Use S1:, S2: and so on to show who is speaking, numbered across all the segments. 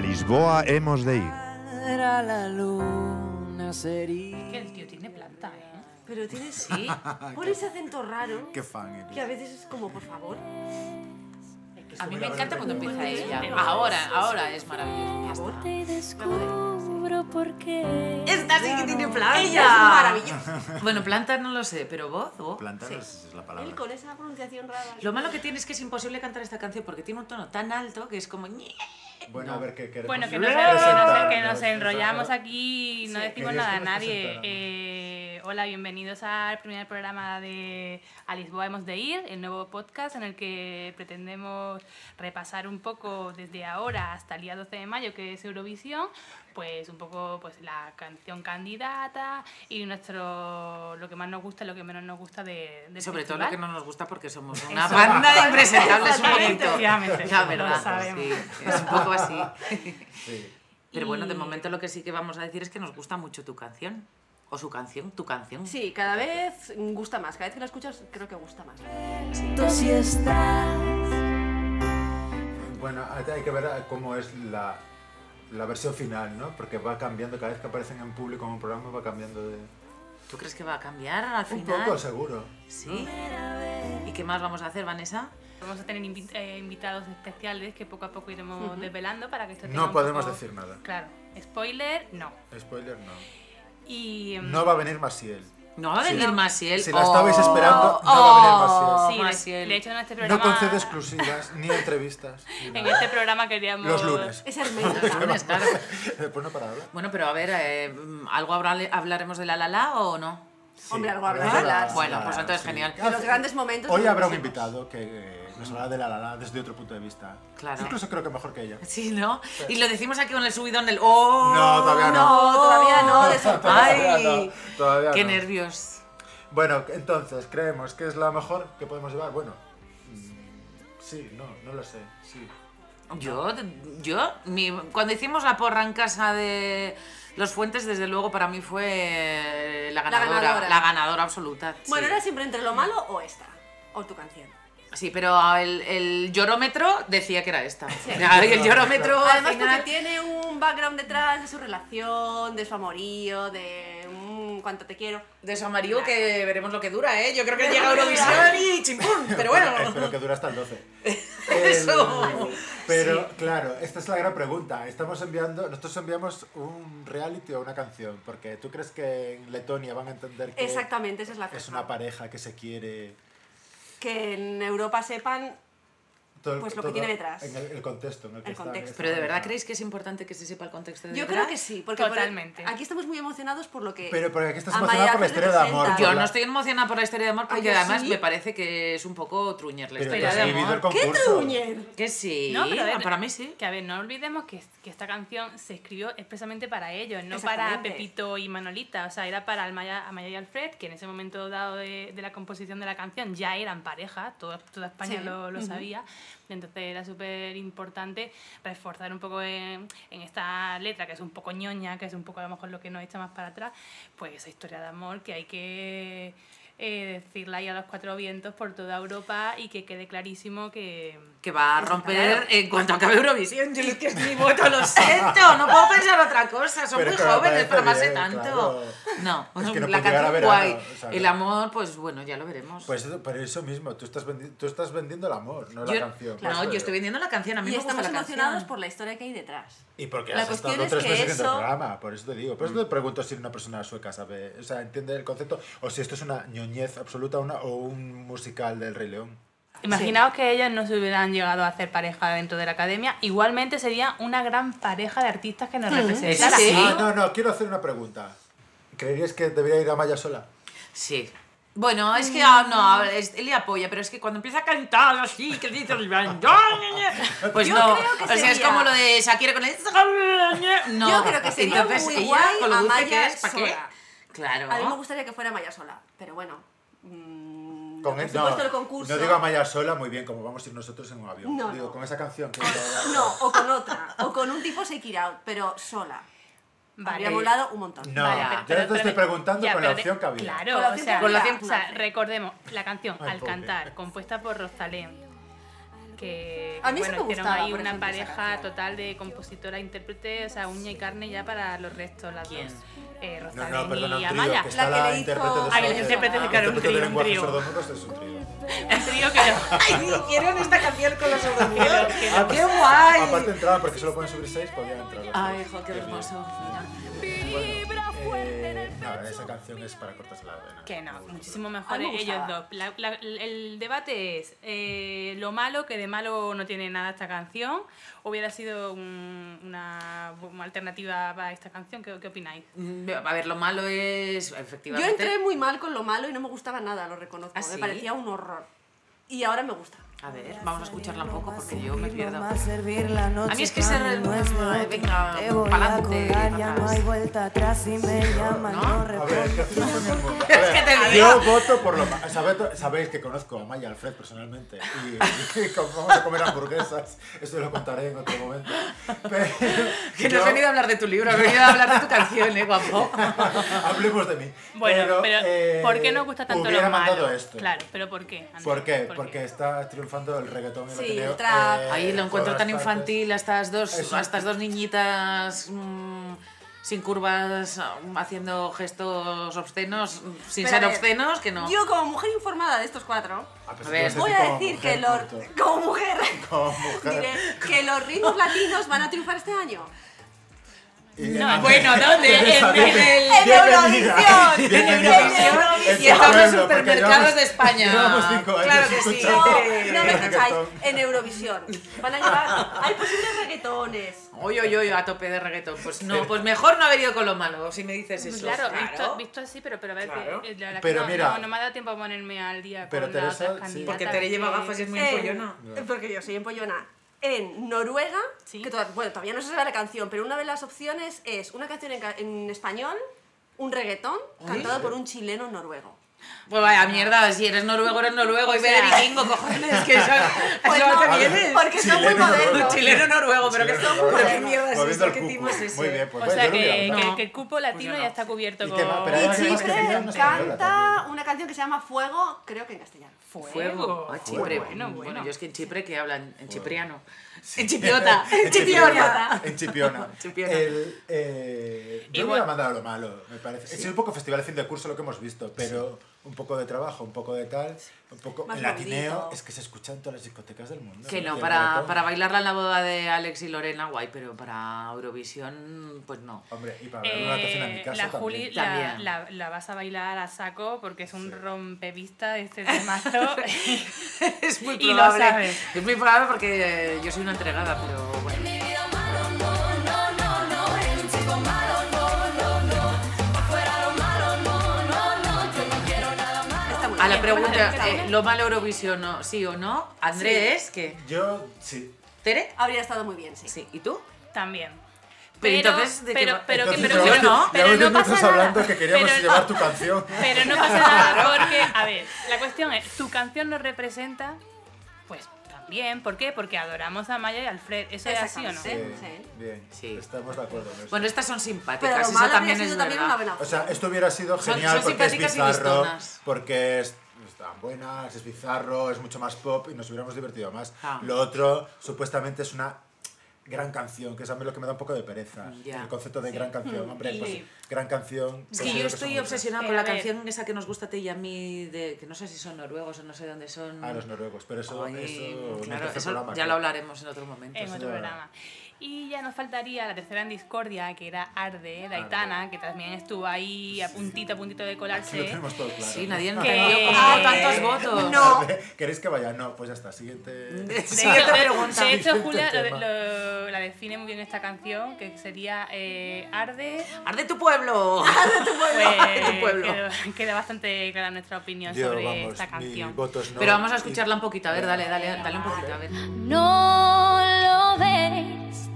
S1: Lisboa hemos de ir.
S2: Era la luna sería.
S3: Que el tío tiene planta, ¿eh?
S4: Pero tienes
S3: Sí.
S4: por ese acento raro
S5: Qué fan eres.
S4: que a veces es como, por favor.
S3: A mí me encanta cuando empieza
S4: Sí.
S3: ella. Ahora, ahora es maravilloso.
S4: Ahora.
S3: Ya
S6: Te descubro por qué.
S4: Esta sí que tiene planta.
S3: Ella.
S4: Es maravillosa.
S3: está. Bueno, planta no lo sé, pero voz, voz.
S5: Plantar
S4: Sí.
S5: es, es la
S4: Él
S5: palabra.
S4: con esa pronunciación rara.
S3: Lo malo que tiene es que es imposible cantar esta canción porque tiene un tono tan alto que es como... ñe.
S5: Bueno, a ver qué queremos.
S7: Bueno, que
S5: no
S7: nos,
S5: sé,
S7: que nos- que nos
S5: pues,
S7: enrollamos aquí y no
S4: Sí.
S7: decimos
S5: Que
S7: nada a
S5: después nos
S7: nadie.
S5: presentamos.
S7: Eh, hola, bienvenidos al primer programa de A Lisboa hemos de ir, el nuevo podcast en el que pretendemos repasar un poco desde ahora hasta el día 12 de mayo, que es Eurovisión, pues un poco pues la canción candidata y nuestro lo que más nos gusta y lo que menos nos gusta de, del
S3: Sobre todo
S7: festival.
S3: lo que no nos gusta porque somos una banda de impresentables un
S7: Exactamente,
S3: poquito.
S7: efectivamente,
S3: La
S7: lo
S3: verdad,
S7: sabemos.
S3: sí, es un poco así.
S5: Sí.
S3: Pero bueno, de
S7: Y-
S3: momento lo que sí que vamos a decir es que nos gusta mucho tu canción. O su canción, tu canción.
S4: Sí, cada vez gusta más. Cada vez que la escuchas, creo que gusta más.
S2: Si estás.
S5: Bueno, hay hay que ver eh, cómo es la, la versión final, ¿no? Porque va cambiando, cada vez que aparecen en público en un programa va cambiando de...
S3: ¿Tú crees que va a cambiar al
S5: Un
S3: final?
S5: poco, seguro.
S3: Sí. ¿Y qué más vamos a hacer, Vanessa?
S7: Vamos a tener invi- eh, invitados especiales que poco a poco iremos desvelando para que esto tenga
S5: No
S7: un poco-
S5: podemos decir nada.
S7: Claro, spoiler, no.
S5: Spoiler, no.
S7: Y em,
S5: No va a venir Maciel.
S3: No va a
S5: Sí.
S3: venir Maciel.
S5: Si la estabais esperando, no va a
S3: oh,
S5: venir
S7: sí, de-
S3: Maciel.
S7: de hecho en este
S5: No
S7: programa
S5: concede exclusivas, ni entrevistas. ni
S7: en
S5: nada.
S7: este programa queríamos
S5: Los lunes.
S4: Es hermética.
S3: Los lunes, claro.
S5: Después no para hablar.
S3: Bueno, pero a ver, eh, ¿algo habrá- hablaremos de la la la o no?
S4: Hombre, algo
S5: habrá
S4: habrá de hablar.
S3: Bueno, pues entonces genial.
S4: De los grandes momentos
S5: Hoy
S4: no
S5: habrá un
S4: conocemos.
S5: invitado que eh, nos hablará de la la la desde otro punto de vista.
S3: Claro.
S5: Incluso creo que mejor que ella.
S3: Sí, ¿no? Y lo decimos aquí con el subidón del... ¡Oh!
S5: No, todavía
S4: No,
S5: no.
S4: todavía no, de sorpresa.
S3: ¡Ay!
S5: no, todavía
S3: ¡Qué
S5: no.
S3: nervios!
S5: Bueno, entonces, ¿creemos que es la mejor que podemos llevar? Bueno, mm, sí, no, no lo sé, sí.
S3: Yo, yo mi- cuando hicimos la porra en casa de los Fuentes, desde luego para mí fue la ganadora, la ganadora,
S4: ganadora.
S3: absoluta. sí.
S4: Bueno, era siempre entre lo malo o esta. O tu canción.
S3: Sí, pero el, el llorómetro decía que era esta. Ay, el llorómetro. al
S4: Además,
S3: final-
S4: porque tiene un background detrás de su relación, de su amorío, de mm, cuánto te quiero.
S3: De su amarillo que veremos lo que dura, ¿eh? Yo creo que llega a Eurovisión y chimpún, pero bueno.
S5: Espero que dure hasta el 12.
S3: Eso.
S5: El- Pero, claro, esta es la gran pregunta. Estamos enviando, nosotros enviamos un reality o una canción, porque tú crees que en Letonia van a entender que
S4: Exactamente, esa es la cosa.
S5: es una pareja que se quiere...
S4: que en Europa sepan
S5: todo el-
S4: Pues lo que
S5: todo
S4: tiene detrás.
S5: En el, el contexto en el que
S4: El
S5: está
S4: contexto.
S3: Pero de verdad creéis que es importante que se sepa el contexto de
S4: Yo
S3: detrás?
S4: creo que sí, porque por-
S7: Totalmente.
S4: aquí estamos muy emocionados por lo que.
S5: Pero porque aquí estás
S4: a
S5: emocionada
S4: Maya
S5: por la
S4: Ángel
S5: historia de amor.
S4: representa.
S5: por
S3: Yo
S5: la-
S3: no estoy emocionada por la historia de amor porque
S4: yo
S3: además
S4: sí.
S3: me parece que es un poco truñer la
S5: Pero que
S3: historia
S5: has
S3: de
S5: vivido el
S3: amor.
S4: ¡Qué
S5: concurso.
S4: truñer!
S3: Que sí,
S7: No, pero a ver,
S3: para mí sí.
S7: Que a ver, no olvidemos que, que esta canción se escribió expresamente para ellos, no para
S4: Exactamente.
S7: Pepito y Manolita. O sea, era para Amaya, Amaya y Alfred, que en ese momento dado de, de la composición de la canción ya eran pareja, todo- toda España
S4: Sí.
S7: lo, lo sabía. Entonces era súper importante reforzar un poco en, en esta letra, que es un poco ñoña, que es un poco a lo mejor lo que nos echa más para atrás, pues esa historia de amor que hay que... eh, decirla ahí a los cuatro vientos por toda Europa y que quede clarísimo que,
S3: Que va a
S4: Eso está
S3: romper
S4: claro.
S3: en cuanto acabe Eurovisión. Yo es que es mi voto, lo siento. No puedo pensar otra cosa. Son
S5: Pero
S3: muy
S5: que me
S3: jóvenes para
S5: parece
S3: amarse
S5: bien,
S3: tanto.
S5: claro.
S3: No,
S5: Es que no
S3: la
S5: puede llegar
S3: canción
S5: a verano,
S3: guay.
S5: o sea,
S3: el
S5: no.
S3: amor, pues bueno, ya lo veremos.
S5: Pues eso, pero eso mismo, tú estás, vendi- tú estás vendiendo el amor, no
S3: yo,
S5: la canción. Pues
S3: no, yo estoy vendiendo la canción. A mí
S4: Y
S3: me gusta
S4: estamos
S3: la
S4: emocionados
S3: canción.
S4: por la historia que hay detrás.
S5: Y porque
S4: La
S5: has
S4: cuestión
S5: estado
S4: es
S5: tres
S4: que
S5: meses en
S4: eso-
S5: el programa, por eso te digo. Por eso te pregunto si una persona sueca sabe, o sea, entiende el concepto, o si esto es una ñoñez absoluta una, o un musical del Rey León.
S7: Imaginaos que ellos no se hubieran llegado a hacer pareja dentro de la academia, igualmente sería una gran pareja de artistas que nos representara.
S3: Sí.
S5: Ah, no, no, quiero hacer una pregunta. ¿Creerías que debería ir a Maya sola?
S3: Sí. Bueno, es que ah,
S4: Mm.
S3: no, a ver, es- él le apoya, pero es que cuando empieza a cantar así, que dice pues
S4: Yo
S3: no,
S4: creo que
S3: o sea, es
S4: sería-
S3: como lo de Shakira con el no.
S4: Yo creo que sería
S3: Entonces,
S4: muy
S3: ella,
S4: guay
S3: con lo dulce
S4: Amaya
S3: que es, ¿pa' qué?
S4: sola.
S3: Claro.
S4: A mí me gustaría que fuera Maya sola, pero bueno. mm,
S5: Con
S4: por
S5: el-
S4: supuesto, el concurso.
S5: no digo a Maya sola, muy bien, como vamos a ir nosotros en un avión.
S4: No,
S5: digo,
S4: no. Ah,
S5: con esa canción que...
S4: No, o con otra. O con un tipo Shake It Out, pero sola.
S7: Vale.
S4: Habría volado un montón.
S5: No,
S7: Vale,
S5: yo te estoy preguntando
S7: ya,
S5: con la
S7: pero de-
S5: opción que había.
S4: Con la
S7: Claro, o
S4: opción
S7: sea,
S4: que había.
S7: o sea, recordemos la canción
S5: Ay,
S7: Al
S5: pobre.
S7: cantar, compuesta por Rosalén, que
S4: A mí sí
S7: bueno,
S4: me
S7: hicieron
S4: gustaba,
S7: ahí
S4: por
S7: una
S4: ejemplo, esa
S7: pareja
S4: canción.
S7: total de compositora e intérprete, o sea, uña y carne ya para los restos, las
S3: ¿Quién?
S7: dos. Eh,
S5: No,
S7: Rosalén
S5: no, perdona,
S7: y
S5: un trío,
S7: Amaya.
S5: que está
S4: La
S5: la,
S4: que le hizo-
S5: intérprete de
S4: Ah,
S5: sordos-
S4: el intérprete de-
S7: claro, un
S5: intérprete de
S7: trío, un
S5: lenguajes
S7: trío.
S5: sordómucos es un trío.
S7: Un trío que lo-
S2: Hicieron esta canción con los
S7: que
S2: ordenadores.
S7: lo- que lo-
S2: ¡Qué guay!
S5: Ah, pues, Aparte entraba, porque solo pueden subir seis, podían entrar los
S2: Ay,
S5: tres.
S2: hijo, qué
S5: Dios mío.
S2: hermoso. Mira.
S5: Bueno, eh, no, esa canción es para cortarse la vena.
S7: Que no, muchísimo
S4: A
S7: mejor
S4: mí me
S7: ellos
S4: gustaba.
S7: dos. La- la- el debate es eh, lo malo, que de malo no tiene nada esta canción. Hubiera sido un- una, una alternativa para esta canción. ¿Qué, qué opináis?
S3: Mm, A ver, lo malo es,
S4: Yo
S3: efectivamente...
S4: entré muy mal con lo malo y no me gustaba nada, lo reconozco.
S3: ¿Ah,
S4: Me
S3: sí?
S4: parecía un horror. Y ahora me gusta.
S3: A ver, vamos a escucharla un poco porque yo me pierdo. A
S2: A
S3: mí es que ser el- venga, pa'lante,
S2: Ya
S3: atrás.
S2: no hay vuelta atrás si me llaman,
S3: ¿no?
S2: no
S5: A ver,
S2: respondo.
S5: es que no son el mundo. A
S3: Es que
S5: ver,
S3: te digo.
S5: Yo voto por lo malo. Sabéis, sabéis que conozco a Maya y Alfred personalmente. Y, y que vamos a comer hamburguesas. Eso lo contaré en otro momento. Pero
S3: Que no
S5: yo-
S3: has venido a hablar de tu libro, has venido a hablar de tu canción, ¿eh, guapo?
S5: Hablemos de mí.
S7: Bueno, pero,
S5: eh,
S7: ¿por qué no os gusta tanto
S5: hubiera
S7: lo
S5: mandado
S7: malo?
S5: esto.
S7: Claro, pero ¿por qué? Andrés?
S5: ¿Por qué? Porque está triunfando el reggaetón. y
S4: Sí,
S5: latino,
S4: el trap.
S5: eh,
S3: Ahí lo
S5: en
S3: encuentro
S5: todas
S3: tan
S5: partes.
S3: infantil a estas dos,
S5: Eso.
S3: a estas dos niñitas mm, sin curvas, mm, haciendo gestos obscenos, mm, sin
S4: Pero a
S3: ser
S4: ver,
S3: obscenos, que no.
S4: Yo, como mujer informada de estos cuatro,
S5: Ah, pues
S3: A ver.
S5: entonces
S4: voy
S5: sí,
S4: a
S5: como
S4: decir
S5: mujer,
S4: que los.
S5: punto.
S4: Como mujer.
S5: Como mujer.
S4: Diré que los ritmos latinos van a triunfar este año.
S5: Y-
S7: No, bueno, ¿dónde? En- en el-
S4: ¡En
S5: Bienvenida,
S4: Eurovisión! ¡En
S5: bienvenida.
S4: Eurovisión!
S5: Este
S3: Y en todos los
S5: pueblo, porque
S3: supermercados
S5: llevamos-
S3: de España.
S5: Llevamos cinco años
S3: Claro que sí.
S5: escuchando
S4: No, no me
S5: reggaetón.
S4: escucháis. En Eurovisión. Van a llevar. Hay posibles reggaetones.
S3: Oye, oye, oye, a tope de reggaetón. Pues no, pues mejor no haber ido con lo malo, si me dices
S4: Pues
S3: eso.
S7: Pues Claro, Visto, visto así, pero, pero a ver, que,
S3: Claro.
S7: eh, la verdad
S5: Pero
S7: que no,
S5: mira-
S7: no, no me ha dado tiempo a ponerme al día
S5: Pero
S7: con
S5: Teresa,
S7: las
S5: sí.
S7: otras candidatas.
S3: Porque Tere lleva
S7: que-
S3: gafas y es muy
S4: En-
S3: empollona.
S4: Porque yo soy empollona. En Noruega,
S7: Sí.
S4: que toda- bueno, todavía no se sabe la canción, pero una de las opciones es una canción en, ca- en español, un reggaetón, cantado por un chileno noruego.
S3: Pues vaya mierda, si eres noruego, eres noruego y
S7: O
S3: ver
S7: sea-
S3: vikingo, cojones, que eso,
S4: Pues
S3: eso
S4: no,
S3: también es.
S4: porque son muy
S5: Chileno noruego.
S4: modernos.
S3: Chileno noruego, pero que
S5: Chileno
S3: son
S5: noruego.
S3: pero qué mierda es
S5: Moviendo
S3: eso,
S5: el
S3: qué
S5: cucu.
S3: timo es ese.
S5: Muy bien, pues
S7: O
S5: vaya,
S7: sea
S5: yo lo hubiera
S7: que,
S5: dado.
S7: que-
S3: No.
S7: que el cupo latino
S3: Pues yo
S7: ya
S3: no.
S7: está cubierto
S5: Y
S7: con
S5: que va, pero
S4: Y
S5: además que
S4: Chipre
S5: canción española
S4: canta una canción que se llama Fuego, creo que en castellano.
S7: fuego.
S3: Fuego. Ah, Chipre.
S7: Bueno,
S3: Bueno,
S7: bueno.
S3: yo es que en Chipre que hablan en chipriano.
S5: Sí.
S3: En chipiota. En
S5: En
S3: chipiota.
S5: En Chipiona.
S3: Chipiona.
S5: El, eh, yo
S7: Igual-
S5: hubiera mandado lo malo, me parece. Es un poco festival de fin de curso lo que hemos visto, pero un poco de trabajo, un poco de tal, un poco
S4: Más
S5: el latineo.
S4: movidito.
S5: Es que se escucha en todas las discotecas del mundo.
S3: Que
S5: Y
S3: no,
S5: el
S3: para,
S5: reggaetón.
S3: para bailarla en la boda de Alex y Lorena, guay, pero para Eurovisión, pues no.
S5: Hombre, y para ver una cocina en mi
S7: Eh,
S5: casa
S7: la
S5: también.
S7: Juli la,
S3: También.
S7: la- la vas a bailar a saco porque es un
S5: Sí.
S7: rompevista este temazo.
S3: es muy
S7: Y lo
S3: probable.
S7: sabe.
S3: Es muy probable porque eh, yo soy una entregada, pero bueno.
S4: Está muy
S3: A la
S4: bien,
S3: pregunta,
S4: está
S3: eh,
S4: bien.
S3: ¿lo malo Eurovisión no- sí o no? Andrés, ¿qué?
S5: Yo, sí.
S3: ¿Tere?
S4: Habría estado muy bien, sí.
S3: Sí. ¿Y tú?
S7: También.
S3: Pero
S7: Pero,
S3: entonces, ¿de qué
S7: pero,
S3: va?
S7: pero, que-
S5: Entonces,
S7: pero-
S5: llevamos-
S3: yo no,
S5: llevamos
S7: pero no
S5: diez
S7: pasa
S5: minutos
S7: nada.
S5: hablando que queríamos
S7: Pero-
S5: llevar tu canción.
S7: Pero no pasa nada porque, a ver, la cuestión es, ¿tu canción nos representa? Pues también, ¿por qué? Porque adoramos a Maya y Alfred, ¿eso es así o no?
S4: Exactamente.
S5: Bien,
S4: Sí.
S5: Eh, bien.
S3: Sí.
S5: Estamos de acuerdo en eso.
S3: Bueno, estas son
S4: Pero
S3: simpáticas,
S4: lo
S3: eso
S4: malo habría
S3: también es
S4: sido también
S3: verdad.
S4: una buena
S5: O
S4: opción.
S5: sea, esto hubiera sido
S3: Son-
S5: genial
S3: son
S5: porque es
S3: simpáticas y
S5: bizarro,
S3: listonas.
S5: porque es, están buenas, es bizarro, es mucho más pop y nos hubiéramos divertido más.
S3: Ah.
S5: Lo otro, supuestamente, es una gran canción, que es a mí lo que me da un poco de pereza.
S3: Ya.
S5: El concepto de gran canción, hombre,
S7: Y-
S5: pues gran canción. pues
S3: Es que
S5: considero
S3: yo
S5: son
S3: estoy
S5: muchas.
S3: obsesionada
S7: Eh,
S3: con
S7: a
S3: la
S7: ver.
S3: canción esa que nos gusta a ti y a mí, de, que no sé si son noruegos o no sé dónde son.
S5: Ah, los noruegos, pero eso,
S3: Ay,
S5: eso,
S3: claro,
S5: merece
S3: eso
S5: programa,
S3: ya
S5: creo.
S3: lo hablaremos en otro momento.
S7: en otro
S5: señora.
S7: programa. Y ya nos faltaría la tercera en discordia, que era Arde, de Aitana, que también estuvo ahí a puntito, a puntito de
S5: Aquí lo
S7: colarse.
S5: tenemos todo claro.
S3: Sí, nadie
S7: Que-
S3: entendió cómo tantos votos.
S4: No.
S5: ¿Queréis que vaya? No, pues ya está, siguiente.
S7: De
S3: Siguiente
S7: hecho-
S3: pregunta.
S7: de hecho, Julia lo-
S5: Tema.
S7: lo- la define muy bien esta canción, que sería eh, Arde.
S3: ¡Arde tu pueblo!
S7: Pues,
S3: tu pueblo.
S7: Queda, queda bastante clara nuestra opinión
S5: Yo,
S7: sobre
S5: vamos,
S7: esta
S5: mi
S7: canción.
S5: voto es no.
S3: Pero vamos a
S5: Y-
S3: escucharla un poquito, a ver, dale, dale, dale un poquito, a ver.
S6: No lo ves,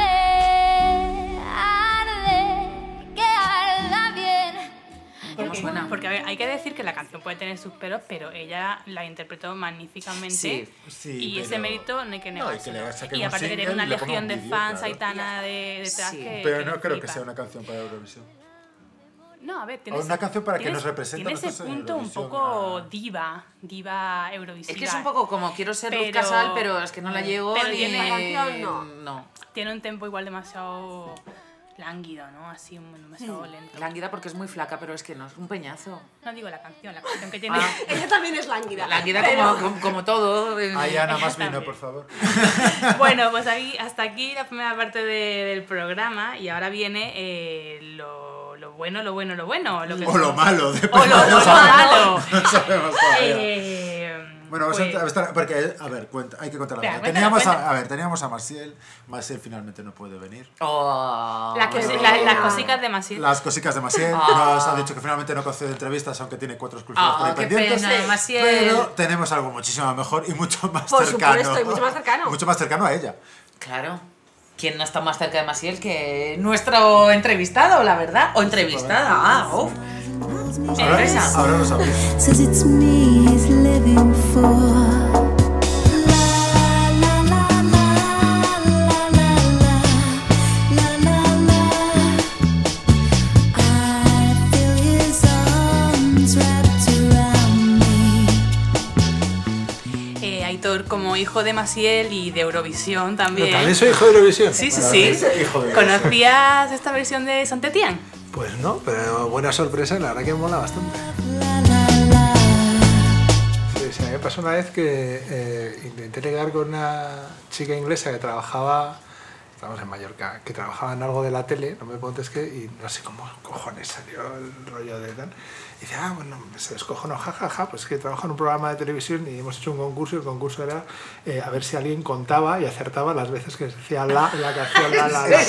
S6: arde, arde, que arda bien.
S3: ¿Cómo
S7: Porque-
S3: suena?
S7: Porque, a ver, hay que decir que la canción puede tener sus pelos, pero ella la interpretó magníficamente.
S3: Sí,
S5: sí,
S7: y ese
S5: pero-
S7: mérito no hay que
S5: No, y que
S7: negárselo.
S5: le saquen
S7: y
S5: un
S7: aparte que tiene
S5: single
S7: una
S5: y le pongan
S7: legión
S5: un
S7: de
S5: vídeo,
S7: fans
S5: claro.
S7: aitana de, detrás
S3: Sí.
S7: que.
S5: Pero no creo que
S7: flipa.
S5: sea una canción para Eurovisión.
S7: No, a ver,
S5: O
S7: tienes...
S5: una canción para que
S7: tienes-
S5: nos represente a
S7: Tiene ese
S5: nosotros en
S7: punto un
S5: Eurovisión,
S7: poco
S5: a-
S7: diva, diva eurovisiva.
S3: Es que es un poco como quiero ser Luz
S7: Pero-
S3: Casal, pero es que no la llego
S7: pero
S3: ni...
S7: tiene-
S4: La canción no.
S7: Tiene un tempo igual demasiado lánguido, ¿no? Así, un- demasiado lento.
S3: Lánguida porque es muy flaca, pero es que no, es un peñazo.
S7: No digo la canción, la canción que tiene...
S3: Ah.
S4: Ella también es lánguida.
S3: Lánguida como, como, como todo. eh,
S5: Ay, Ana, Ah, más vino,
S7: También.
S5: por favor.
S7: Bueno, pues ahí, hasta aquí la primera parte de- del programa y ahora viene eh, lo, lo bueno, lo bueno, lo bueno. Lo que
S5: O lo malo, de
S7: O lo, o lo malo.
S5: No sabemos todavía.
S7: Eh,
S5: Bueno, vamos
S7: pues-
S5: a estar, porque, a ver, cuenta, hay que contar la
S7: Espera,
S5: verdad.
S7: cuéntala,
S5: Teníamos a,
S7: cuéntala.
S5: a ver, teníamos a Marciel, Marciel finalmente no puede venir.
S3: Oh.
S7: La cosi- la- las cosicas de Maciel.
S5: Las cosicas de Maciel nos han dicho que finalmente no concede entrevistas, aunque tiene cuatro exclusivas
S3: Ah,
S5: por ahí
S3: qué
S5: pendientes.
S3: pena, Maciel.
S5: Pero tenemos algo muchísimo mejor y mucho más
S4: Por
S5: cercano.
S4: supuesto, y mucho más cercano.
S5: Mucho más cercano a ella.
S3: Claro. ¿Quién no está más cerca de Masiel que nuestro entrevistado, la verdad? O entrevistada. Ah, uff.
S5: Ahora,
S3: Sorpresa.
S5: ahora lo sabéis.
S8: says it's me he's living for. La, la, la, la, la, la, la, la, la, la. I feel his arms wrapped around me.
S7: Eh, Aitor, como hijo de Maciel y de Eurovisión también.
S9: ¿También soy hijo de Eurovisión?
S7: Sí, sí,
S5: Bueno,
S7: sí.
S5: ese hijo de-
S7: ¿Conocías esta versión de Santetian?
S9: Pues no, pero buena sorpresa, la verdad que mola bastante. Sí, sí, a mí me pasó una vez que eh, intenté ligar con una chica inglesa que trabajaba, estábamos en Mallorca, que trabajaba en algo de la tele, no me preguntes qué, y no sé cómo cojones salió el rollo de tal. Y dice, ah, bueno, se descojonó, jajaja, ja, pues es que trabajo en un programa de televisión y hemos hecho un concurso, y el concurso era eh, a ver si alguien contaba y acertaba las veces que se decía la, en la canción, la, la, la.
S3: o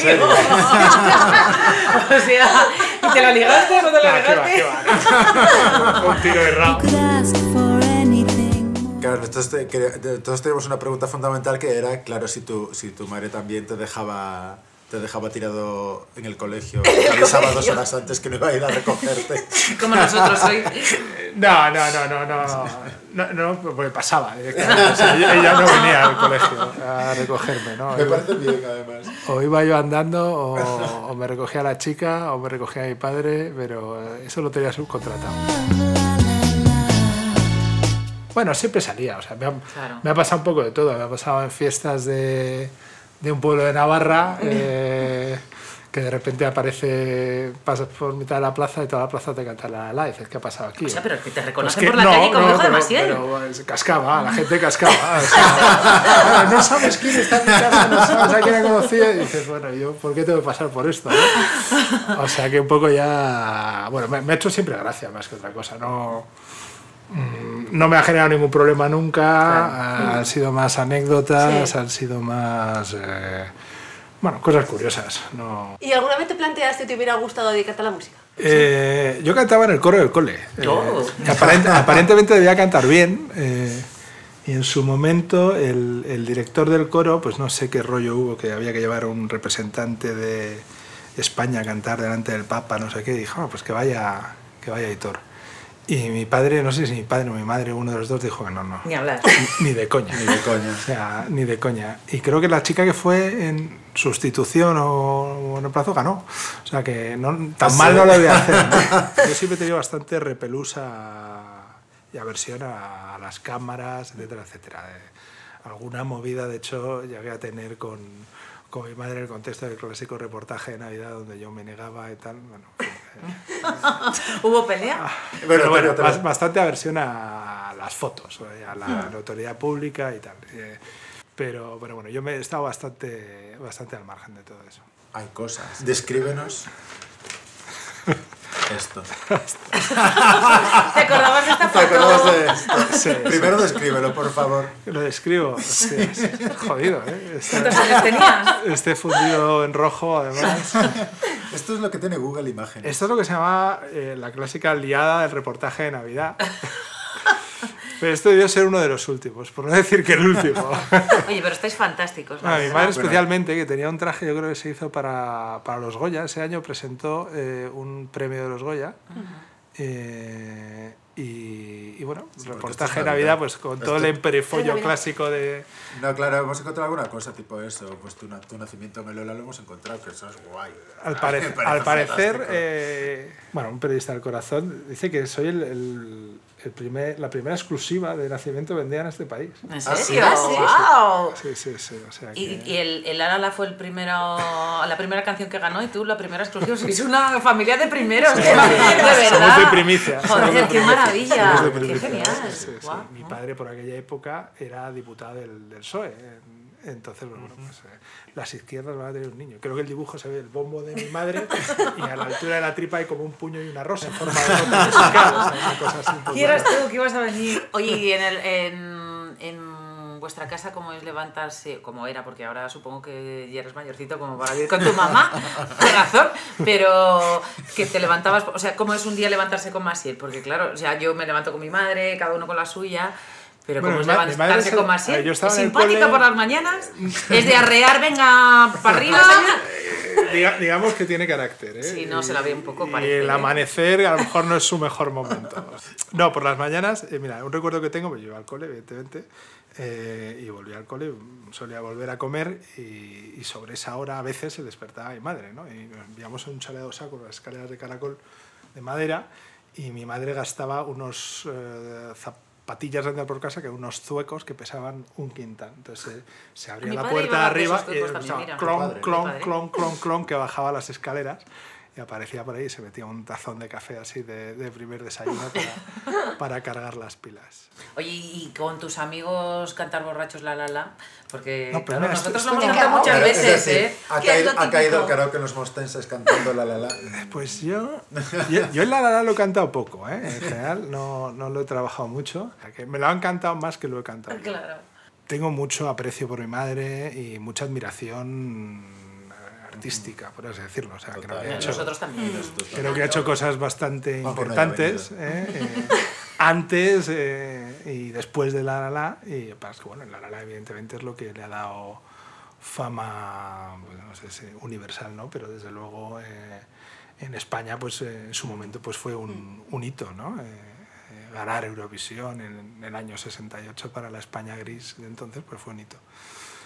S3: sea, ¿y ¿te lo ligaste o no te lo
S9: Ah, qué va,
S3: ligaste?
S9: qué va. Un tiro de
S8: You
S9: rabo.
S8: could ask for anything.
S5: Claro, entonces, te- que- de- entonces teníamos una pregunta fundamental que era, claro, si tu, si tu madre también te dejaba, te dejaba tirado en el colegio, te avisaba dos horas antes que no iba a ir a recogerte.
S3: Como nosotros hoy.
S9: No, no, no, no, no, no, no, porque pasaba directamente. O sea, yo- ella no venía al colegio a recogerme, ¿no?
S5: Me parece bien, además.
S9: O iba yo andando, o, o me recogía la chica, o me recogía mi padre, pero eh, eso lo tenía subcontratado. Bueno, siempre salía, o sea, me ha,
S3: Claro.
S9: me ha pasado un poco de todo. Me ha pasado en fiestas de, de un pueblo de Navarra, eh, que de repente aparece, pasas por mitad de la plaza y toda la plaza te canta la la, y dices, ¿qué ha pasado aquí?
S3: O sea, pero que te
S9: Pues
S3: reconocen
S9: que
S3: por la
S9: no,
S3: calle como
S9: no,
S3: hijo de
S9: pero-
S3: Masiel.
S9: pero, eh, cascaba, la gente cascaba. o sea, no sabes quién está en mi casa, no sabes a quién he conocido. Y dices, bueno, yo, ¿por qué tengo que pasar por esto? no? O sea, que un poco ya. Bueno, me, me ha hecho siempre gracia más que otra cosa. No, mm, no me ha generado ningún problema nunca. ah, Han sido más anécdotas, han sido más. eh, bueno, cosas curiosas. No.
S4: ¿Y alguna vez te planteaste que te hubiera gustado dedicarte a la música?
S9: Eh, yo cantaba en el coro del cole. eh,
S3: Oh.
S9: que aparent- aparentemente debía cantar bien. eh, y en su momento el, el director del coro, pues no sé qué rollo hubo, que había que llevar a un representante de España a cantar delante del Papa, no sé qué, y dijo, "Ah, pues que vaya, que vaya Hitor. Y mi padre, no sé si mi padre o mi madre, uno de los dos, dijo que no, no.
S3: Ni hablar.
S9: Ni de coña.
S5: Ni de coña.
S9: O sea, ni de coña. Y creo que la chica que fue en sustitución o en el plazo ganó. O sea, que no, tan
S5: ¿Ah,
S9: mal
S5: sí?
S9: no lo voy a hacer. ¿no? Yo siempre he tenido bastante repelusa y aversión a, a las cámaras, etcétera, etcétera. Eh, alguna movida, de hecho, llegué a tener con, con mi madre en el contexto del clásico reportaje de Navidad donde yo me negaba y tal. Bueno, en fin, eh.
S3: ¿Hubo pelea?
S9: Pero
S5: Bueno,
S9: bueno,
S5: pero-
S9: bas- bastante aversión a las fotos, eh, a la, la autoridad pública y tal. Eh, Pero, pero bueno, yo me he estado bastante, bastante al margen de todo eso.
S5: Hay cosas. Descríbenos esto.
S3: ¿Te acordabas de esta
S5: ¿Te acuerdas
S3: foto?
S5: de esto?
S9: Sí,
S5: Primero descríbelo, por favor.
S9: Lo describo. sí, es- es jodido, ¿eh?
S3: ¿Cuántos
S9: Este,
S3: años tenías?
S9: este fundido en rojo, además.
S5: Esto es lo que tiene Google Imágenes.
S9: Esto es lo que se llama eh, la clásica liada del reportaje de Navidad. Pero esto debió ser uno de los últimos, por no decir que el último.
S3: Oye, pero estáis fantásticos.
S9: Bueno,
S3: la
S9: Ah, mi
S3: verdad.
S9: madre especialmente, que tenía un traje, yo creo que se hizo para, para los Goya. Ese año presentó eh, un premio de los Goya. Eh, y, y y bueno,
S5: porque esto
S9: reportaje
S5: es
S9: de Navidad,
S5: Navidad.
S9: pues con
S5: Esto-
S9: todo el emperifollo
S4: Navidad.
S9: clásico de.
S5: No, claro, hemos encontrado alguna cosa tipo eso. Pues tu, na- tu nacimiento en el Lola lo hemos encontrado, que eso es guay.
S9: Al,
S5: Me
S9: parec-
S5: parece
S9: al parecer,
S5: fantástico.
S9: eh, bueno, un periodista del corazón dice que soy el, el- el primer, la primera exclusiva de nacimiento vendida en este país.
S3: ¿En
S5: Ah, sí,
S3: serio?
S5: ah, sí.
S3: ¡Guau!
S9: Sí, sí, sí. O sea, que-
S3: Y, y el, el Ala la fue el primero, la primera canción que ganó y tú la primera exclusiva. Sois una familia de primeros, qué va- de verdad.
S9: Somos de primicia. somos de
S3: Joder, qué
S9: primicia,
S3: maravilla.
S9: somos de
S3: Qué
S9: primicia.
S3: genial.
S9: Sí, sí, sí.
S3: Guau.
S9: Mi padre por aquella época era diputado del, del PSOE. E, en- Entonces, bueno, pues, eh, las izquierdas van a tener un niño. Creo que el dibujo se ve el bombo de mi madre y a la altura de la tripa hay como un puño y una rosa en forma de nota musical. O sea, una cosa así un poco-
S3: Quieras tú que ibas a venir. Pues Oye, y en, el, en, en vuestra casa, ¿cómo es levantarse? Como era, porque ahora supongo que ya eres mayorcito como para vivir con tu mamá, por razón, pero que te levantabas, o sea, ¿cómo es un día levantarse con Masiel? Porque claro, o sea, yo me levanto con mi madre, cada uno con la suya. Pero
S9: Bueno,
S3: ¿cómo es
S9: mi ma- mi madre
S3: levantarse
S9: se-
S3: con
S9: a ver,
S3: Masiel?
S9: yo
S3: ¿Es
S9: estaba en el
S3: simpática
S9: cole-
S3: por las mañanas? ¿Es de arrear, venga, para arriba?
S9: Diga- digamos que tiene carácter. ¿eh?
S3: Sí, no, se la ve un poco,
S9: Y
S3: parece,
S9: el
S3: ¿eh?
S9: amanecer a lo mejor no es su mejor momento. No, por las mañanas, eh, mira, un recuerdo que tengo, pues yo iba al cole, evidentemente, eh, y volví al cole, solía volver a comer y, y sobre esa hora a veces se despertaba mi madre, ¿no? Y nos enviamos un chalé de osa con las escaleras de caracol de madera y mi madre gastaba unos eh, zapatillas de andar por casa que eran unos zuecos que pesaban un quintal. Entonces eh, se abría
S3: Mi
S9: la
S3: padre iba
S9: puerta
S3: a dar de
S9: arriba
S3: esos
S9: y
S3: zuecos
S9: empezaba
S3: también, mira.
S9: clon,
S5: Qué padre.
S9: clon,
S3: Qué padre.
S9: clon, clon, clon, que bajaba las escaleras y aparecía por ahí y se metía un tazón de café así de, de primer desayuno para, para cargar las pilas.
S3: Oye, y con tus amigos cantar borrachos la la la, porque
S9: No, pero
S3: claro,
S9: mira, esto-
S3: nosotros
S9: esto
S3: lo hemos
S9: no-
S3: cantado muchas
S5: Pero, es
S3: veces,
S5: decir,
S3: ¿eh?
S5: Ha
S4: ¿Qué es
S5: caído,
S4: lo
S5: ha caído el
S4: típico?
S5: karaoke en los mostenses cantando la la la.
S9: Pues yo, yo, yo en la Dada lo he cantado poco, ¿eh? en general no, no lo he trabajado mucho. O sea, que Me lo han cantado más que lo he cantado. yo.
S3: Claro.
S9: Tengo mucho aprecio por mi madre y mucha admiración eh, artística, por así decirlo. O sea, creo que
S5: Total.
S9: ha hecho-
S3: Nosotros también.
S9: Creo que ha hecho cosas bastante
S5: Aunque pues no haya
S9: importantes ¿eh? Eh, antes eh, y después de La La La. Y pasa que, bueno, La La La evidentemente es lo que le ha dado fama, pues, no sé si universal, ¿no? Pero desde luego eh, en España, pues eh, en su momento pues fue un, un hito, ¿no? Eh, eh, ganar Eurovisión en, en el año 68 para la España gris de entonces, pues fue un hito.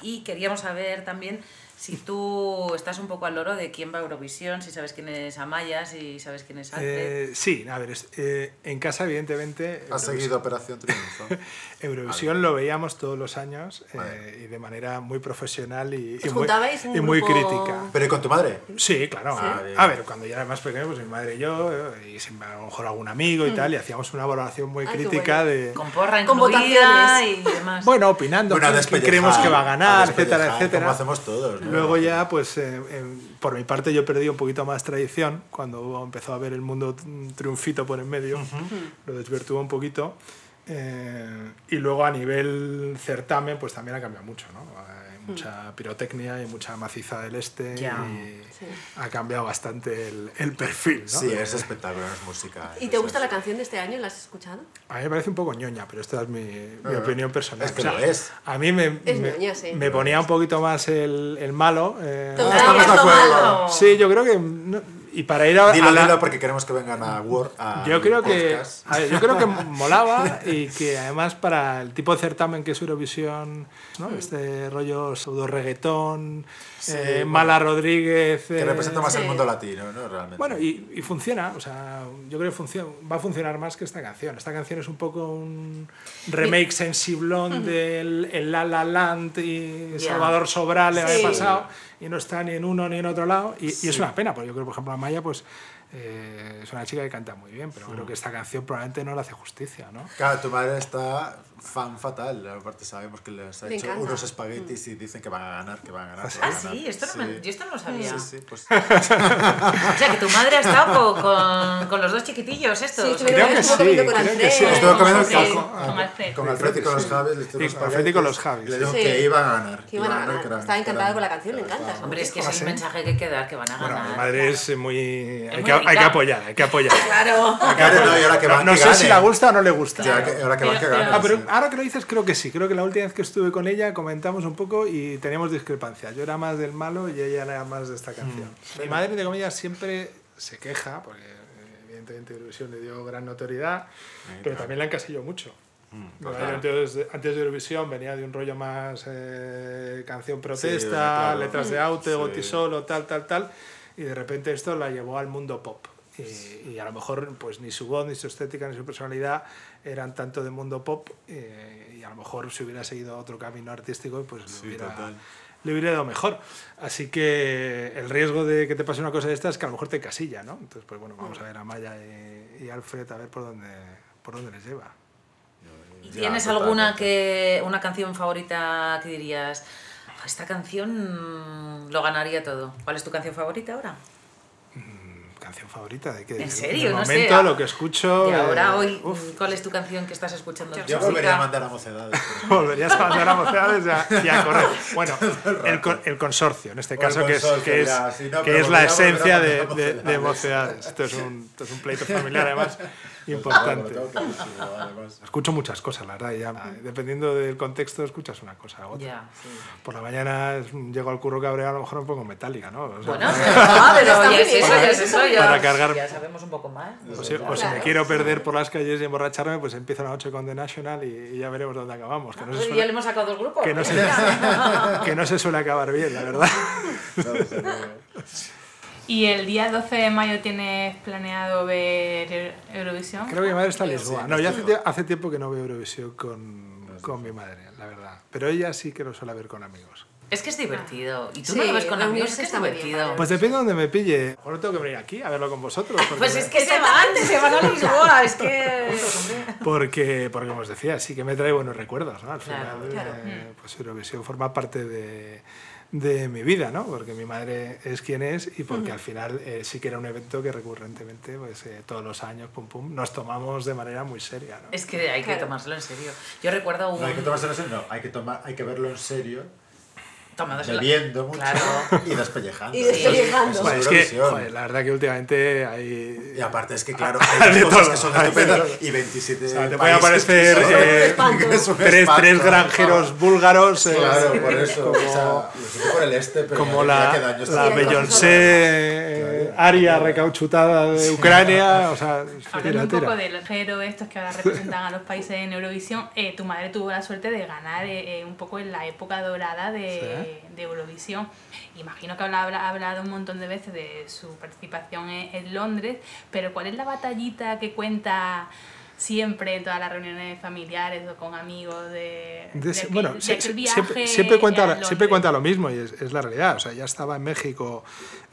S3: Y queríamos saber también si tú estás un poco al loro de quién va a Eurovisión, si sabes quién es Amaya, si sabes quién es Arte.
S9: Eh, sí, a ver, es- eh, en casa evidentemente...
S5: Ha
S9: Eurovisión-
S5: seguido Operación Triunfo.
S9: Eurovisión lo veíamos todos los años eh,
S5: Vale.
S9: y de manera muy profesional y, y
S4: ¿Os
S9: muy,
S4: juntabais en
S9: y
S4: un
S9: muy
S4: grupo?
S9: crítica.
S5: Pero ¿y con tu madre?
S9: Sí, claro.
S5: Ah, bien.
S9: A ver, cuando yo era más pequeño, pues mi madre y yo, eh, y sin- a lo mejor algún amigo y tal, y hacíamos una valoración muy
S4: Mm. Ay, qué
S9: crítica
S4: bueno.
S9: de...
S3: Con porra
S4: Con
S3: incluida y demás.
S9: Bueno, opinando,
S5: Bueno, a
S9: quién- quién
S5: despellejar,
S9: creemos que va a ganar,
S5: despellejar,
S9: etcétera, etcétera.
S5: Como hacemos todos. ¿no?
S9: Luego ya, pues eh, em, por mi parte yo perdí un poquito más tradición cuando hubo- empezó a ver el mundo un triunfito por en medio, lo desvirtuó un poquito. Eh, y luego a nivel certamen, pues también ha cambiado mucho, ¿no? Hay
S4: Mm.
S9: mucha pirotecnia y mucha maciza del este
S3: Ya.
S9: y ha cambiado bastante el, el perfil, ¿no?
S5: Sí, es espectacular, es música.
S4: ¿Y te gusta la canción de este año? ¿La has escuchado?
S9: A mí me parece un poco ñoña, pero esta es mi, mi
S5: no.
S9: opinión personal.
S5: Ah, Es que lo es.
S9: A mí me,
S4: Es
S9: me,
S4: ñoña, sí.
S9: me ponía un poquito más el, el malo. eh,
S4: Total.
S5: Estamos de acuerdo.
S9: Sí, yo creo que. no- y para ir a. a
S5: Dilo,
S9: la-
S5: dilo, porque queremos que vengan a Word. a
S9: yo creo que.
S5: podcast.
S9: a ver, yo creo que molaba y que además para el tipo de certamen que es Eurovisión, ¿no?
S5: Mm.
S9: Este rollo pseudo reggaetón, eh,
S5: bueno.
S9: Mala Rodríguez.
S5: Que
S9: eh,
S5: representa más el
S4: sí.
S5: mundo latino, ¿no? Realmente.
S9: bueno, y, y funciona, o sea, yo creo que funciona, va a funcionar más que esta canción. Esta canción es un poco un remake sensiblón del el La La Land y
S3: Ya.
S9: Salvador Sobral el año
S4: Sí.
S9: pasado y no está ni en uno ni en otro lado. Y, y es una pena, porque yo creo, por ejemplo, Amaya, pues eh, es una chica que canta muy bien, pero creo que esta canción probablemente no le hace justicia, ¿no?
S5: Claro, tu madre está fan fatal. Aparte, sabemos que les ha
S4: Le
S5: hecho
S4: encanta.
S5: unos espaguetis y dicen que van a ganar, que van a ganar. que
S3: Ah,
S5: van a ganar.
S3: sí, esto no me- yo esto no lo sabía.
S5: Sí, sí, pues.
S3: O sea, que tu madre ha estado con, con, con los dos chiquitillos estos.
S4: Sí, estuvieron-
S9: Creo que
S4: estuvo
S9: sí,
S4: comiendo con
S9: creo que
S4: Andrés.
S9: sí.
S5: Estuve comiendo
S7: Con Alfred, con
S5: Alfred.
S7: Alfred.
S5: Con Alfred y con los Javis. le hice
S9: Sí,
S5: unos
S9: con Alfred y con los
S5: espaguetis.
S9: Javis.
S5: Le dijo
S4: Sí.
S5: que iban a ganar.
S4: Que iban a ganar.
S5: eran-
S4: Estaba encantada
S5: eran-
S4: con la canción, le encanta.
S5: estaban-
S3: Hombre, es que
S9: Ah,
S3: ese es
S9: ¿sí?
S3: el mensaje que hay que dar, que van a
S9: Bueno, mi
S3: ganar.
S9: madre es muy... hay,
S3: muy
S9: que, hay que
S3: delicada.
S9: apoyar, hay que apoyar.
S4: Claro.
S5: Claro, no, y ahora que
S9: No,
S5: van,
S9: no
S5: que
S9: sé si
S5: ganen.
S9: la gusta o no le gusta.
S5: Ya, que- ahora que van, que
S7: Pero-
S5: ganan.
S9: Ah, pero
S5: sí.
S9: ahora que lo dices, creo que sí. Creo que la última vez que estuve con ella comentamos un poco y teníamos discrepancias. Yo era más del
S5: Mm,
S9: malo y ella era más de esta canción. Mi madre, entre comillas, siempre se queja, porque eh, evidentemente Eurovisión le dio gran notoriedad,
S5: Ahí
S9: pero
S5: está.
S9: también la encasilló mucho.
S5: Mm,
S9: Bueno,
S5: total.
S9: antes, de, antes de Eurovisión venía de un rollo más eh, canción protesta,
S5: Sí, claro.
S9: letras de aute,
S5: Sí.
S9: gotisolo, tal, tal, tal, y de repente esto la llevó al mundo pop. Y, y a lo mejor pues ni su voz, ni su estética, ni su personalidad eran tanto de mundo pop eh, y a lo mejor si hubiera seguido otro camino artístico pues le
S5: Sí,
S9: hubiera-
S5: total.
S9: le hubiera ido mejor. Así que el riesgo de que te pase una cosa de estas es que a lo mejor te casilla, ¿no? Entonces, pues bueno, vamos a ver a Maya y, y Alfred a ver por dónde, por dónde les lleva.
S3: ¿Y
S5: Ya,
S3: ¿Tienes
S5: total,
S3: alguna
S5: total.
S3: que una canción favorita que dirías, "Ah, esta canción mm, lo ganaría todo? ¿Cuál es tu canción favorita ahora?
S9: ¿Canción favorita? ¿De qué?
S3: ¿En
S9: De-
S3: serio?
S9: De
S3: No sé,
S9: momento,
S3: ah,
S9: lo que escucho...
S3: Y ahora,
S9: eh,
S3: hoy,
S9: uf,
S3: ¿cuál es tu canción que estás escuchando?
S5: Yo
S3: Chica?
S5: volvería a mandar a mocedades. pero-
S9: Volverías a mandar a mocedades y a- y a correr. Bueno, el, con- el consorcio, en este
S5: O el
S9: caso, que es,
S5: consorcio,
S9: que es,
S5: ya, si no,
S9: que
S5: pero
S9: es la
S5: volvería-
S9: esencia
S5: volvería a
S9: de,
S5: mandar a
S9: de- de
S5: mocedades.
S9: mocedades. Esto es, un, esto es un pleito familiar, además,
S5: Lo
S9: importante.
S5: tengo clarísimo, además.
S9: Escucho muchas cosas, la verdad. y ya, dependiendo del contexto, escuchas una cosa u otra.
S3: Ah. Ya, sí.
S9: Por la mañana es- llego al curro cabreado, a lo mejor un poco metálica, ¿no? O sea,
S3: Bueno, ah, pero
S4: Está
S3: ya
S4: muy
S3: es
S4: bien,
S3: eso, ya es eso, ya,
S9: Para cargar-
S3: ya sabemos un poco más.
S9: o si, o si
S4: Claro.
S9: me quiero perder por las calles y emborracharme, pues empiezo la noche con The National y, y ya veremos dónde acabamos. Que no,
S3: Oye,
S9: se
S3: Ya le
S9: suele,
S3: hemos sacado dos grupos.
S9: que no se- que no se suele acabar bien, la verdad.
S7: ¿Y el día 12 de mayo tienes planeado ver Euro- Eurovisión?
S9: Creo que mi madre está en Lisboa.
S5: Sí,
S9: No, yo hace,
S5: sí.
S9: tie- hace tiempo que no veo Eurovisión con, con mi madre, la verdad. Pero ella sí que lo suele ver con amigos.
S3: Es que es divertido. Y tú
S4: Sí,
S3: no lo ves con
S4: la
S3: amigos,
S4: unión
S3: es que es
S4: está muy bien
S3: divertido.
S4: para
S9: Pues depende de donde me pille. A lo mejor tengo que venir aquí a verlo con vosotros. porque
S3: Pues
S9: me-
S3: es que se van, se van a Lisboa, es que...
S9: Porque, porque como os decía, sí que me trae buenos recuerdos, ¿no? Al
S3: Claro, Mm.
S9: final, eh, pues Eurovisión forma parte de, de mi vida, ¿no? Porque mi madre es quien es y porque
S3: Mm.
S9: al final eh, sí que era un evento que recurrentemente, pues eh, todos los años, pum, pum, nos tomamos de manera muy seria, ¿no?
S3: Es que hay que
S4: Claro.
S3: tomárselo en serio. Yo recuerdo un...
S5: No hay que tomárselo en serio, no, hay que, tomar, hay que verlo en serio,
S3: tomándoselo-
S5: bebiendo mucho
S3: Claro.
S5: y despellejando.
S2: Y
S5: Eso es-
S2: despellejando.
S5: eso es
S9: Joder, es que,
S5: Eurovisión.
S9: joder, la verdad que últimamente hay...
S5: Y aparte es que, claro, hay
S9: de
S5: dos cosas
S9: todo,
S5: que son
S9: hay de
S5: estupendas y 27
S9: O sea,
S5: países
S9: te puede aparecer
S5: que son-
S9: eh,
S5: que es un
S9: tres,
S5: espanto.
S9: tres granjeros búlgaros, eh,
S5: Claro, por eso.
S9: como,
S5: o sea, lo siento por el este, pero ya- ya
S9: como la,
S5: que daño está
S9: la
S5: haciendo.
S9: Beyoncé eh, aria recauchutada de Ucrania, o sea,
S7: Hablando
S9: tira,
S7: un
S9: tira.
S7: poco del género estos que ahora representan a los países en Eurovisión, eh, tu madre tuvo la suerte de ganar eh, eh, un poco en la época dorada de, de Eurovisión. Imagino que habla- habla- ha hablado un montón de veces de su participación en, en Londres, pero ¿cuál es la batallita que cuenta siempre en todas las reuniones familiares o con amigos de,
S9: De
S7: de
S9: ese-
S7: aquel-
S9: bueno,
S7: de
S9: sie-
S7: aquel
S9: sie-
S7: viaje
S9: siempre, siempre
S7: a
S9: cuenta,
S7: Londres?
S9: siempre cuenta lo mismo y es, es la realidad. O sea, ya estaba en México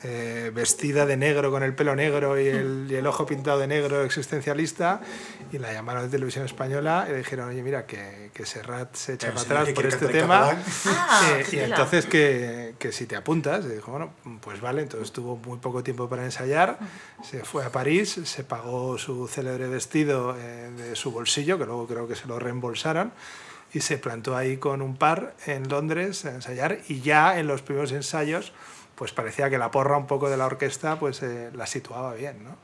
S9: eh, vestida de negro, con el pelo negro y
S7: Mm.
S9: el, y el ojo pintado de negro, existencialista, y la llamaron de televisión española y le dijeron, oye, mira, que, que Serrat se echa
S5: Pero
S9: para
S5: si no,
S9: atrás
S5: que
S9: por
S5: quiere
S9: este
S5: cantar en
S9: tema.
S5: catalán.
S3: Ah,
S9: Eh, y
S3: qué tela.
S9: entonces que, que si te apuntas, y dijo, bueno, pues vale, entonces tuvo muy poco tiempo para ensayar, se fue a París, se pagó su célebre vestido eh, de su bolsillo, que luego creo que se lo reembolsaron, y se plantó ahí con un par en Londres a ensayar, y ya en los primeros ensayos, pues parecía que la porra un poco de la orquesta, pues eh, la situaba bien, ¿no?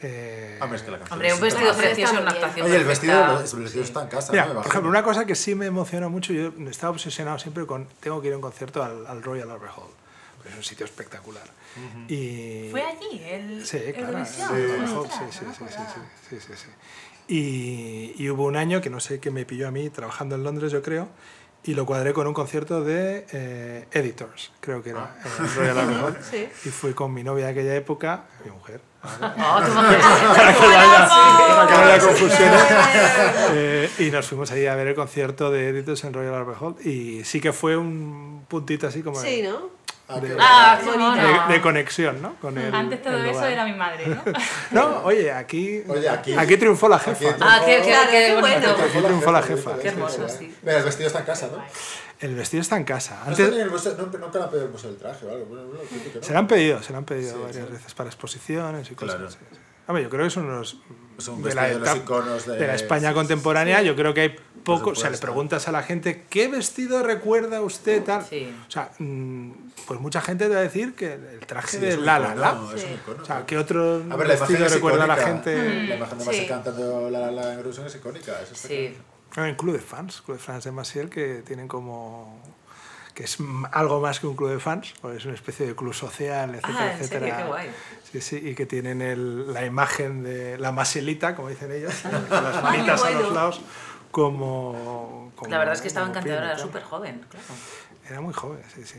S9: Eh,
S5: Ah, Hombre, es que la canción
S3: Hombre,
S5: es
S3: un vestido
S5: súper-
S3: precioso,
S4: Está
S3: una
S4: muy bien.
S3: actuación
S5: Oye, el vestido,
S3: perfecta.
S5: el vestido está en casa.
S9: Mira,
S5: ¿no? Me
S9: por
S5: imagino.
S9: ejemplo, una cosa que sí me emocionó mucho, yo estaba obsesionado siempre con, tengo que ir a un concierto al, al Royal Albert Hall, porque es un sitio espectacular. y...
S7: ¿Fue allí el
S9: Sí, claro. el
S7: Eurovisión?
S9: Royal Albert Hall,
S7: Ostras,
S9: sí, sí,
S7: no me
S9: sí, sí,
S7: acordaba.
S9: sí, sí, sí, sí. Y, y hubo un año que no sé qué me pilló a mí, trabajando en Londres, yo creo, y lo cuadré con un concierto de eh, Editors, creo que era, en el Royal Albert Hall.
S4: Sí.
S9: Y fui con mi novia de aquella época, mi mujer,
S3: Oh, tu madre.
S9: para que no haya confusiones. Eh, y nos fuimos ahí a ver el concierto de Editors en Royal Albert Hall. Y sí que fue un puntito así como
S4: Sí,
S9: de,
S4: ¿no?
S5: Ah, qué
S9: de-
S3: Ah,
S5: guay.
S3: qué
S4: Bonita.
S3: mono.
S9: de- de conexión, ¿no? Con el-
S7: Antes todo
S9: el
S7: eso
S9: lugar.
S7: era mi madre, ¿no?
S9: No, oye, aquí,
S5: Oye, aquí-
S9: triunfó la jefa.
S5: aquí-
S3: Ah, qué, qué,
S4: Claro,
S3: qué
S4: qué
S3: bonito.
S4: bueno.
S9: Aquí triunfó la jefa.
S3: Qué hermoso, sí.
S5: Mira, el vestido está en casa, ¿no?
S9: El vestido está en casa.
S5: Antes...
S9: Antes
S5: nunca le han pedido el museo del traje o algo. Bueno, bueno, creo que no.
S9: se lo han pedido, se lo han pedido
S5: Sí,
S9: varias
S5: sí.
S9: veces para exposiciones y cosas.
S5: Claro.
S9: sí, sí. Hombre, yo creo que son unos
S5: Es un vestido de los iconos de-
S9: de la
S5: sí,
S9: España
S5: sí,
S9: contemporánea. Yo creo que hay poco. O sea, le
S5: supuesto.
S9: preguntas a la gente qué vestido recuerda usted tal.
S3: Sí.
S9: O sea, mm, pues mucha gente te va a decir que el traje
S5: Sí,
S9: de
S5: es un
S9: La La
S5: icono,
S9: La.
S5: es un icono.
S9: O sea, ¿qué otro
S5: A ver, la imagen
S9: vestido
S5: es
S9: recuerda a la
S5: icónica.
S9: gente?
S5: La imagen de Masi
S4: Sí.
S5: cantando la la la en Eurovisión es icónica. eso está
S3: Sí.
S5: claro.
S9: Hay un club de fans, club de fans de Maciel, que tienen como que es m- algo más que un club de fans, porque es una especie de club social, etcétera,
S3: Ah, en
S9: etcétera.
S3: serio, qué guay.
S9: Sí, sí, y que tienen el- la imagen de la masilita, como dicen ellos, con las manitas a los
S4: bueno.
S9: lados, como, como-
S3: La verdad es que estaba
S9: como
S3: encantadora,
S9: pin y
S3: era
S9: tal.
S3: súper joven, claro.
S9: Era muy joven, sí, sí.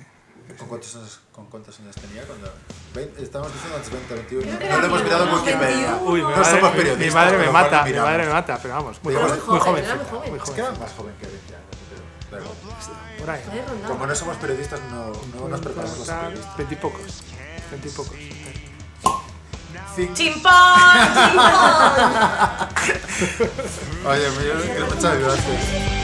S5: ¿Con cuántos años, con cuántos años tenía? Cuando... vein- estábamos diciendo antes 20, 21.
S4: que
S5: No
S4: era
S5: lo hemos mirado en
S4: 21,
S5: Wikipedia.
S4: 21.
S9: Uy, mi
S5: no
S9: madre,
S5: somos
S9: mi-
S5: periodistas.
S9: Mi madre
S5: con
S9: me
S5: lo cual
S9: mata,
S5: no
S9: mi
S5: miramos.
S9: madre me mata, pero vamos, muy
S5: Pero
S9: joven.
S5: era
S4: muy
S9: Muy
S4: joven,
S9: joven.
S4: era muy joven.
S9: Muy
S5: Es que era
S9: joven.
S5: más joven que 20 años. Pero, da igual.
S9: Por ahí.
S4: Joder, Ronda.
S5: Como no somos periodistas, no, no nos preparamos los periodistas.
S9: Veintipocos. Veintipocos.
S5: Cinco-
S3: ¡Chimpón!
S5: Oye, me dio muchas gracias.